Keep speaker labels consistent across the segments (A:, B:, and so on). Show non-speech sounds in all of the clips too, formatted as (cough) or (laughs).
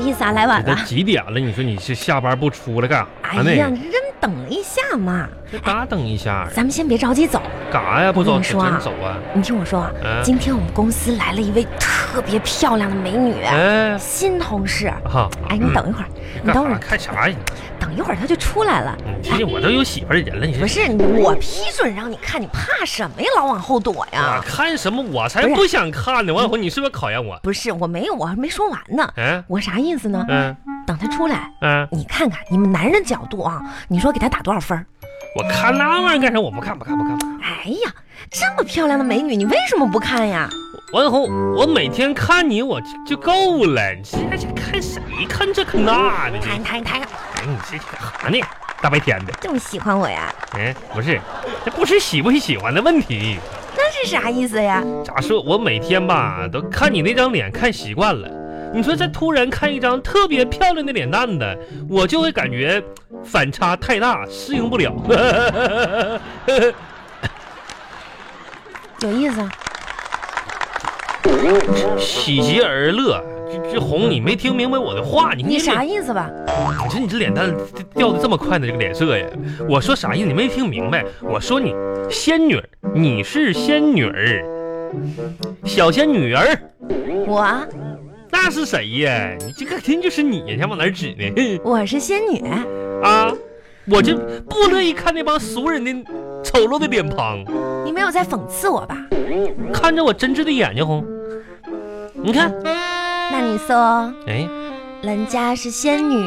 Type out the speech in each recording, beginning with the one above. A: 意思啊，来晚
B: 这
A: 了
B: 都。几点了？你说你是下班不出来干
A: 哎
B: 啥呢？
A: 呀，你这等一下嘛，
B: 这打等一下，
A: 咱们先别着急走。
B: 干啥呀？不走，
A: 我跟你
B: 真
A: 说啊
B: 走啊？
A: 你听我说啊，
B: 嗯
A: 今天我们公司来了一位特别漂亮的美女，啊
B: 哎，
A: 新同事。
B: 哈，
A: 哎，你等一会儿，
B: 嗯
A: 你
B: 干
A: 等会
B: 啥？
A: 儿，
B: 看啥呀？
A: 等一会儿她就出来了。
B: 你这我都有媳妇儿的人了，你
A: 不
B: 说
A: 是我批准让你看，你怕什么呀？老往后躲
B: 我
A: 呀？
B: 啊看什么？我才
A: 不是
B: 不想看呢！王小红，你是不是考验我？
A: 不是，我没有，我还没说完呢。
B: 嗯
A: 我啥意思呢？
B: 嗯
A: 等她出来，
B: 嗯，
A: 你看看你们男人角度啊，你说给她打多少分儿？
B: 我看那玩意儿干啥？我不看，不看，不看。不看
A: 哎呀，这么漂亮的美女，你为什么不看呀？
B: 王小红，我每天看你我就就够了，你这这看谁看这看那的？这
A: 看看看，
B: 哎你这干啥呢？大白天的，
A: 这么喜欢我呀？
B: 嗯，不是，这不是喜不喜欢的问题。
A: 那是啥意思呀？
B: 咋说？我每天吧都看你那张脸看习惯了，你说再突然看一张特别漂亮的脸蛋子，我就会感觉反差太大，适应不了。
A: (laughs) 有意思啊？
B: 喜极而乐，这这红，你没听明白我的话？你
A: 你啥
B: 你
A: 意思吧？
B: 脸？你说你这脸蛋掉的这么快呢？这个脸色呀？我说啥意思？你没听明白？我说你仙女儿，你是仙女儿，小仙女儿。
A: 我啊
B: 那是谁呀？你这个肯定就是你呀！你还往哪儿指呢？ (laughs)
A: 我是仙女，
B: 啊，我这不乐意看那帮俗人的丑陋的脸庞，
A: 你没有在讽刺我吧？
B: 看着我真挚的眼睛红。你看，
A: 那你说
B: 哎，
A: 人家是仙女，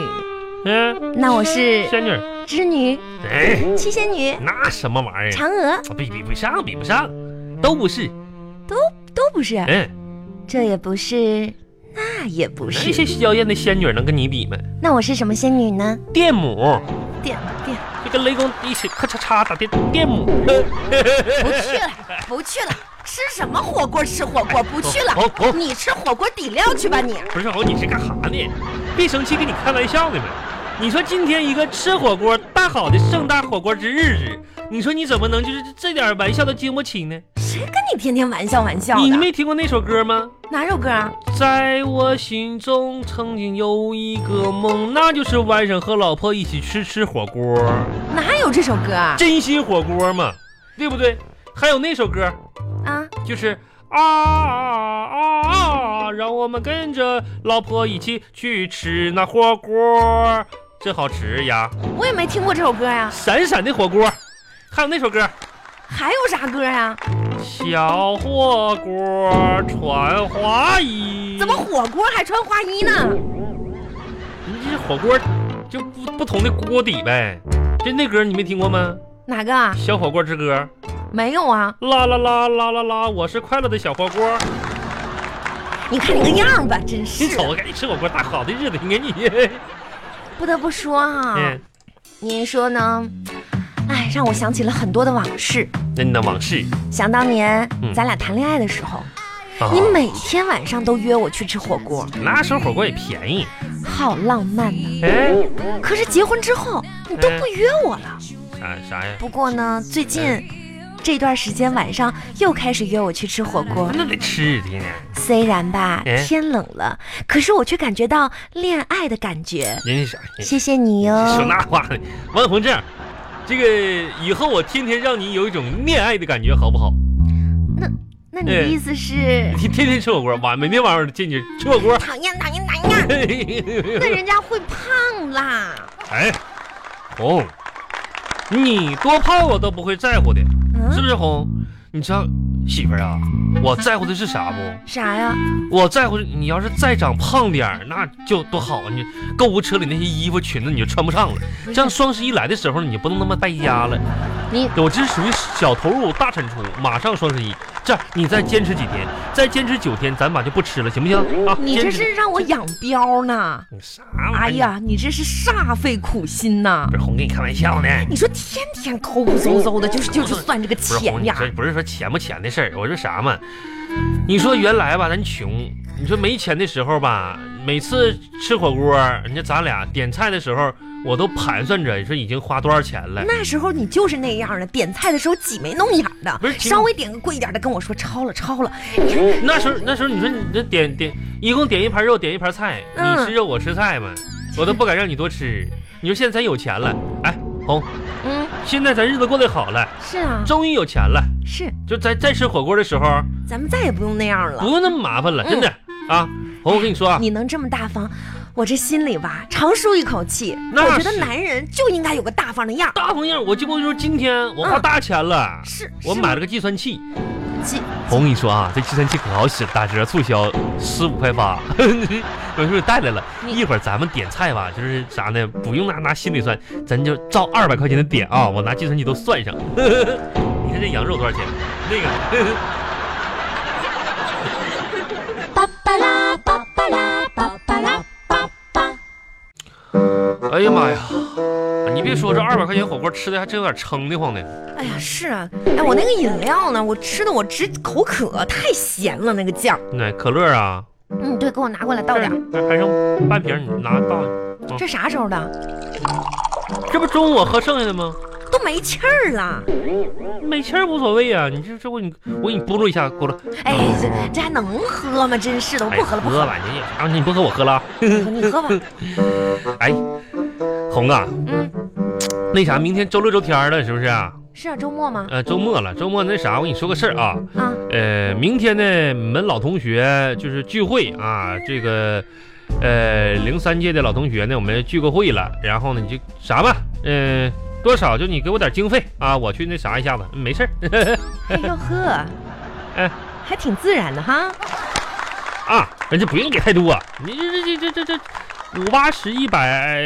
B: 嗯、
A: 那我
B: (laughs)
A: 是
B: 仙女儿，
A: 织女、
B: 哎，
A: 七仙女、
B: 那什么玩意儿？啊
A: 嫦娥，
B: 比比不上，比不上，都不是。
A: 都不是，
B: 嗯，
A: 这也不是，那也不
B: 那
A: 是。
B: 些妖艳的仙女儿能跟你比吗？
A: 那我是什么仙女呢？
B: 电母
A: 点点，
B: 就跟雷公一起咔嚓嚓打电电母。哎
A: 不去了，不去了。吃什么火锅？吃火锅不去了
B: 走走。
A: 你吃火锅底料去吧你。
B: 不是猴，你是干啥呢？别生气，跟你开玩笑呢呗。你说今天一个吃火锅大好的盛大火锅之日子，你说你怎么能就是这点玩笑都经不起呢？
A: 谁跟你天天玩笑玩笑
B: 你
A: 的？
B: 没听过那首歌吗？
A: 哪首歌啊？
B: 在我心中曾经有一个梦，那就是晚上和老婆一起吃吃火锅，
A: 哪有这首歌啊？
B: 真心火锅嘛，对不对？还有那首歌
A: 啊，
B: 就是啊啊啊！让我们跟着老婆一起去吃那火锅，真好吃呀！
A: 我也没听过这首歌呀、
B: 闪闪的火锅，还有那首歌
A: 还有啥歌呀、
B: 《小火锅穿花衣》。
A: 怎么？火锅还穿花衣呢？
B: 你这火锅就不不同的锅底呗？就那歌你没听过吗？
A: 哪个？啊？
B: 《小火锅之歌》。
A: 没有啊？
B: 啦啦啦啦啦啦！我是快乐的小火锅。
A: 你看你个样儿吧，真
B: 你
A: 是。
B: 瞅，赶紧吃火锅，大好的日子，你看你。
A: 不得不说啊，
B: 嗯，
A: 您说呢？哎，让我想起了很多的往事。
B: 那你的往事。
A: 想当年
B: 嗯
A: 咱俩谈恋爱的时候，
B: 啊
A: 你每天晚上都约我去吃火锅，
B: 那时候火锅也便宜。
A: 好浪漫呐、
B: 哎，
A: 可是结婚之后，你都不约我了。
B: 嗯啥啊啥呀？
A: 不过呢，最近这段时间晚上又开始约我去吃火锅。
B: 那得吃啊的呢。
A: 虽然吧
B: 哎，
A: 天冷了，可是我却感觉到恋爱的感觉。
B: 人家啥？人
A: 谢谢你哦哟、
B: 哎说那话呢？王红这样，这个以后我天天让你有一种恋爱的感觉，好不好？
A: 那你的意思是？
B: 你天天吃火锅，晚每天晚上进去吃火锅。
A: 讨厌，讨厌，讨厌！那人家会胖啦。
B: 哎，红，你多胖我都不会在乎的，是
A: 嗯，
B: 不是红？你知道媳妇儿啊，我在乎的是啥不？
A: 啥呀？
B: 我在乎你要是再长胖点儿，那就多好！你购物车里那些衣服、裙子你就穿不上了。
A: 不是
B: 这样双十一来的时候，你就不能那么败家了。
A: 你
B: 我这是属于小投入大产出，马上双十一，这样你再坚持几天，再坚持九天，咱把就不吃了，行不行啊？
A: 你这
B: 坚持
A: 是让我养膘呢。
B: 你啥
A: 哎
B: 玩意儿？
A: 呀，你这是煞费苦心呐
B: 不。是红跟你开玩笑呢，
A: 你说天天抠抠搜搜的，就是就是算这个
B: 不是红，
A: 钱
B: 你
A: 呀。
B: 说不是说钱不钱的事儿，我说啥嘛？你说原来吧，咱穷，你说没钱的时候吧，每次吃火锅，你说咱俩点菜的时候，我都盘算着是已经花多少钱了。
A: 那时候你就是那样的，点菜的时候挤眉弄眼的
B: 不是，其实
A: 稍微点个贵一点的跟我说超了超了，
B: 那时候那时候你说你这点点一共点一盘肉，点一盘菜，
A: 嗯
B: 你吃肉我吃菜嘛，我都不敢让你多吃。你说现在咱有钱了，哎，红，
A: 嗯，
B: 现在咱日子过得好了，
A: 是啊，
B: 终于有钱了，
A: 是，
B: 就咱再吃火锅的时候
A: 咱们再也不用那样
B: 不
A: 了。
B: 用那么麻烦了，真的啊。红，我跟你说啊，
A: 你能这么大方，我这心里吧长舒一口气。
B: 那
A: 我觉得
B: 是
A: 男人就应该有个大方的样儿。
B: 大朋友，我就跟你说，今天我花大钱了，
A: 是，
B: 我
A: 是
B: 买了个计算器。
A: 鸡
B: 红，我跟你说啊，这计算器可好使了，打折促销十五块八， (laughs) 我是不是带来了？
A: 你
B: 一会儿咱们点菜吧，就是啥呢？不用拿拿心里算，咱就照二百块钱的点啊，我拿计算器都算上。 (laughs) 你看这羊肉多少钱？那个
C: Pa pa la, pa pa la, pa pa la, pa pa.
B: 哎呀妈呀！啊你别说，这二百块钱火锅吃的还真有点撑得慌呢。
A: 哎呀，是啊，哎，我那个饮料呢？我吃的我直口渴，太咸了那个酱。
B: 那可乐啊，
A: 嗯，对，给我拿过来倒点儿。
B: 这儿还剩半瓶，你拿倒。
A: 这啥时候的？
B: 这不中午我喝剩下的吗？
A: 都没气儿了。
B: 没气儿无所谓啊，你这这我给你我给你咕噜一下，咕噜。
A: 哎，这这还能喝吗？真是的，我
B: 哎
A: 不喝了，不喝
B: 喝
A: 了，
B: 吧，你也啊，你不喝我喝了啊。
A: 你喝吧。
B: 哎，红啊，
A: 嗯，
B: 那啥，明天周六周天儿了，是不是、啊？
A: 是啊，周末吗？
B: 呃，周末了，周末那啥，我跟你说个事儿啊，
A: 啊，
B: 呃，明天呢，我们老同学就是聚会啊，这个，呃，零三届的老同学呢，我们聚个会了，然后呢，你就啥吧，嗯、多少就你给我点经费啊，我去那啥一下子，嗯没事儿 (laughs)
A: 哎呦呵，
B: 哎
A: 还挺自然的哈。
B: 啊，人家不用给太多，啊你这这这这这这五八十一百，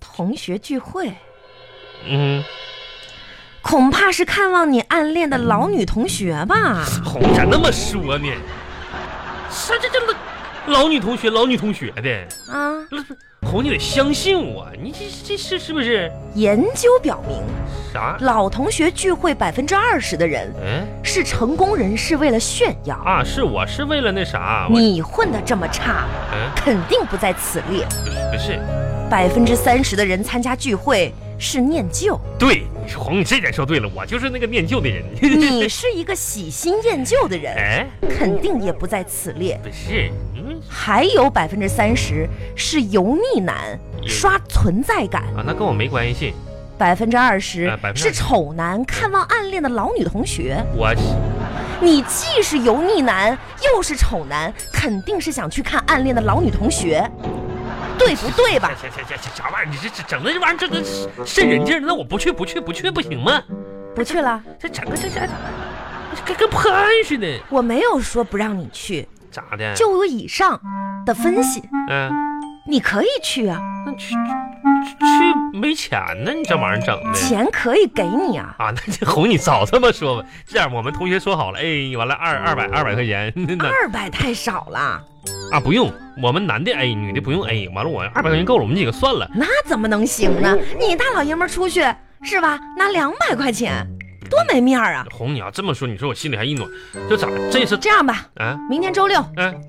A: 同学聚会，
B: 嗯，
A: 恐怕是看望你暗恋的老女同学吧？
B: 红咋那么说呢？啥这这老老女同学，老女同学的。
A: 啊，
B: 不是红，你得相信我，你这这是是不是
A: 研究表明，
B: 啥？
A: 老同学聚会百分之二十的人
B: 嗯
A: 是成功人士为了炫耀。
B: 啊，是我是为了那啥，我
A: 你混得这么差，
B: 嗯
A: 肯定不在此列。
B: 不是
A: 百分之三十的人参加聚会是念旧，
B: 对，你说红，你这点说对了，我就是那个念旧的人。 (laughs)
A: 你是一个喜新厌旧的人，
B: 哎，
A: 肯定也不在此列。
B: 不是，嗯
A: 还有百分之三十是油腻男，
B: 也
A: 刷存在感；
B: 啊，那跟我没关系，
A: 百分之二十
B: 啊20%
A: 是丑男，看望暗恋的老女同学。
B: 我
A: 你既是油腻男，又是丑男，肯定是想去看暗恋的老女同学，对不对吧？
B: 这这这这啥玩意儿？你这这整的这玩意儿，这这渗人劲儿，那我不去不去不去不行吗？
A: 不去了，
B: 这整个这这跟跟破案似的，
A: 我没有说不让你去，
B: 咋的？
A: 就我以上的分析，
B: 嗯，
A: 你可以去啊，
B: 那去去去没钱呢？你这玩意儿整的。
A: 钱可以给你啊。
B: 啊，那这哄你早这么说吧。这样，我们同学说好了，哎，完了二二百二百块钱，那
A: 二百太少了，
B: 啊不用，我们男的 A，女的不用 A。完了，我二百块钱够了，我们几个算了。
A: 那怎么能行呢？你大老爷们儿出去是吧？拿两百块钱，多没面儿啊！
B: 哄你啊，这么说，你说我心里还一暖，就咋这次
A: 这样吧，
B: 啊？
A: 明天周六，
B: 嗯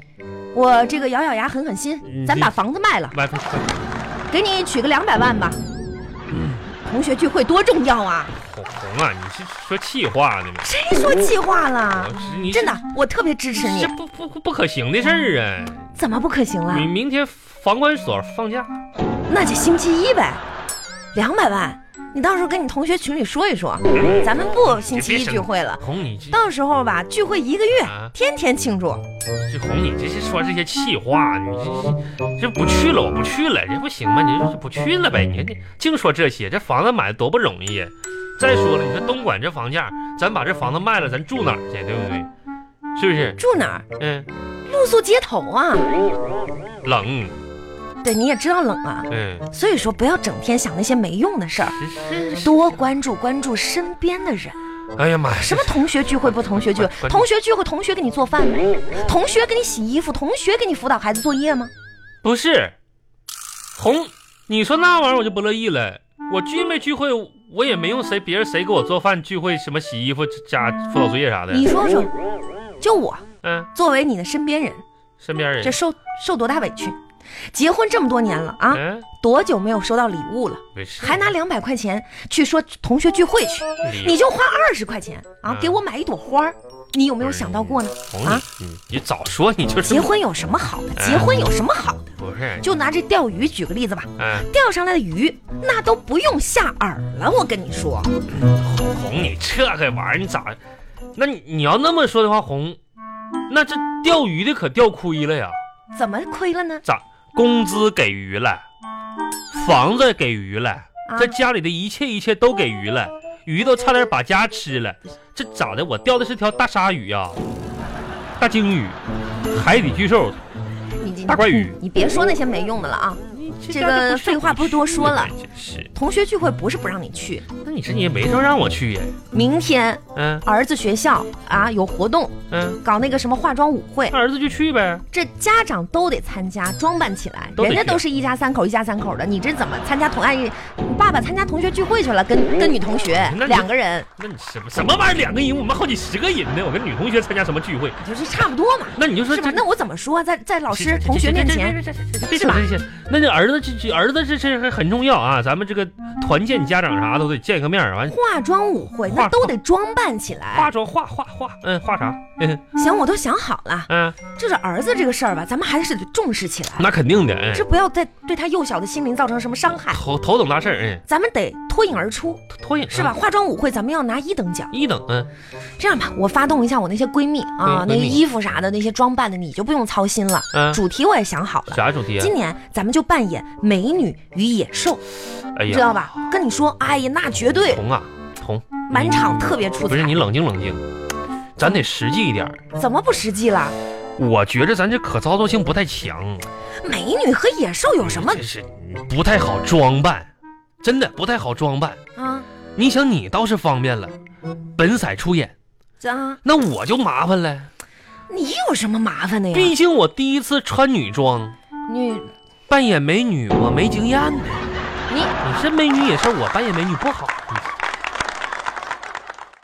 A: 我这个咬咬牙狠狠心，
B: 嗯
A: 咱把房子卖了，
B: 完了
A: 给你取个两百万吧。同学聚会多重要啊！
B: 哄哄啊，你是说气话呢吗？
A: 谁说气话了
B: 我？是你是
A: 真的，我特别支持你
B: 这。不不不可行的事儿啊！
A: 怎么不可行了
B: 你？明天房管所放假，
A: 那就星期一呗，两百万。你到时候跟你同学群里说一说，咱们不星期一聚会了，
B: 哄你这
A: 到时候吧，聚会一个月
B: 啊，
A: 天天庆祝。
B: 这哄你这是说这些气话，你这这不去了，我不去了，这不行吗？你这不去了呗？你看你净说这些，这房子买的多不容易。啊再说了，你说东莞这房价，咱把这房子卖了，咱住哪儿去？对不对？是不是？
A: 住哪儿？
B: 嗯，
A: 露宿街头啊！
B: 冷，
A: 对，你也知道冷啊，
B: 嗯，
A: 所以说不要整天想那些没用的事儿，
B: 是是。
A: 多关注关注身边的人。
B: 哎呀妈呀！
A: 什么同学聚会不同学聚会？同学聚会，同学给你做饭吗？同学给你洗衣服，同学给你辅导孩子作业吗？
B: 不是，红，你说那玩意儿我就不乐意了。我聚没聚会，我也没用谁别人谁给我做饭、聚会、什么洗衣服、加辅导作业啥的。
A: 你说说，就我
B: 嗯，
A: 作为你的身边人，
B: 身边人
A: 这受受多大委屈？结婚这么多年了啊，
B: 嗯，
A: 多久没有收到礼物了？
B: 没事，
A: 还拿两百块钱去说同学聚会去，
B: 礼
A: 你就花二十块钱啊
B: 嗯，
A: 给我买一朵花儿，你有没有想到过呢？
B: 哄你
A: 啊，
B: 嗯你早说你就是
A: 结婚有什么好的？结婚有什么好的？
B: 不是？
A: 就拿这钓鱼举个例子吧，
B: 嗯，
A: 钓上来的鱼那都不用下饵了，我跟你说，
B: 哄你这个玩意儿你咋？那你你要那么说的话，哄，那这钓鱼的可钓亏了呀，
A: 怎么亏了呢？
B: 咋？工资给鱼了，房子给鱼了，
A: 啊
B: 这家里的一切一切都给鱼了，鱼都差点把家吃了，这咋的？我钓的是条大鲨鱼呀、啊大鲸鱼，海底巨兽，
A: 你你
B: 大怪鱼
A: 你别说那些没用的了啊！这个废话不多说了，
B: 真是。
A: 同学聚会不是不让你去，
B: 那你这也没说让我去呀？
A: 明天
B: 嗯
A: 儿子学校啊有活动，
B: 嗯，
A: 搞那个什么化妆舞会，
B: 那儿子就去呗。
A: 这家长都得参加，装扮起来。
B: 都得
A: 人家
B: 去啊
A: 都是一家三口，一家三口的，你这怎么参加同爱？爸爸参加同学聚会去了，跟跟女同学
B: 哎那你
A: 两个人，
B: 那你什么什么玩意儿？两个人，我们好几十个人呢。我跟女同学参加什么聚会？
A: 就是差不多嘛，
B: 那你就说
A: 是吧
B: 这？
A: 那我怎么说？啊在在老师同学面前，，
B: 别扯这些。那你儿子这这儿子这这还很重要啊，咱们这个团建家长啥都得见个面儿，完
A: 化妆舞会
B: 化
A: 那都得装扮起来
B: 化。妆化化化，嗯，化啥？嗯
A: 行，我都想好了，
B: 嗯，
A: 就是儿子这个事儿吧，咱们还是得重视起来，
B: 那肯定的，嗯
A: 这，不要再对他幼小的心灵造成什么伤害。
B: 头头等大事儿，嗯，
A: 咱们得脱颖而出，
B: 脱颖
A: 是吧？？化妆舞会咱们要拿一等奖。
B: 一等，嗯，
A: 这样吧，我发动一下我那些闺蜜啊，
B: 嗯
A: 那
B: 闺
A: 些
B: 蜜
A: 衣服啥的，那些装扮的，你就不用操心了。
B: 嗯啊
A: 主题我也想好了，
B: 啥主题？
A: 今年咱们就扮演美女与野兽，
B: 哎
A: 知道
B: 呀，
A: 吧？跟你说，哎呀，那绝对
B: 红啊红，
A: 满场特别出
B: 不是
A: 彩
B: 你。冷静冷静，咱得实际一点儿。
A: 怎么不实际了？
B: 我觉着咱这可操作性不太强，
A: 美女和野兽有什么
B: 这是不太好装扮，真的不太好装扮。
A: 啊？
B: 你想，你倒是方便了，本色出演，
A: 这啊，
B: 那我就麻烦
A: 哎
B: 了。
A: 你有什么麻烦的呀？
B: 毕竟我第一次穿女装，
A: 女，
B: 扮演美女，我没经验呢。
A: 你
B: 你是美女也是我扮演美女不好，你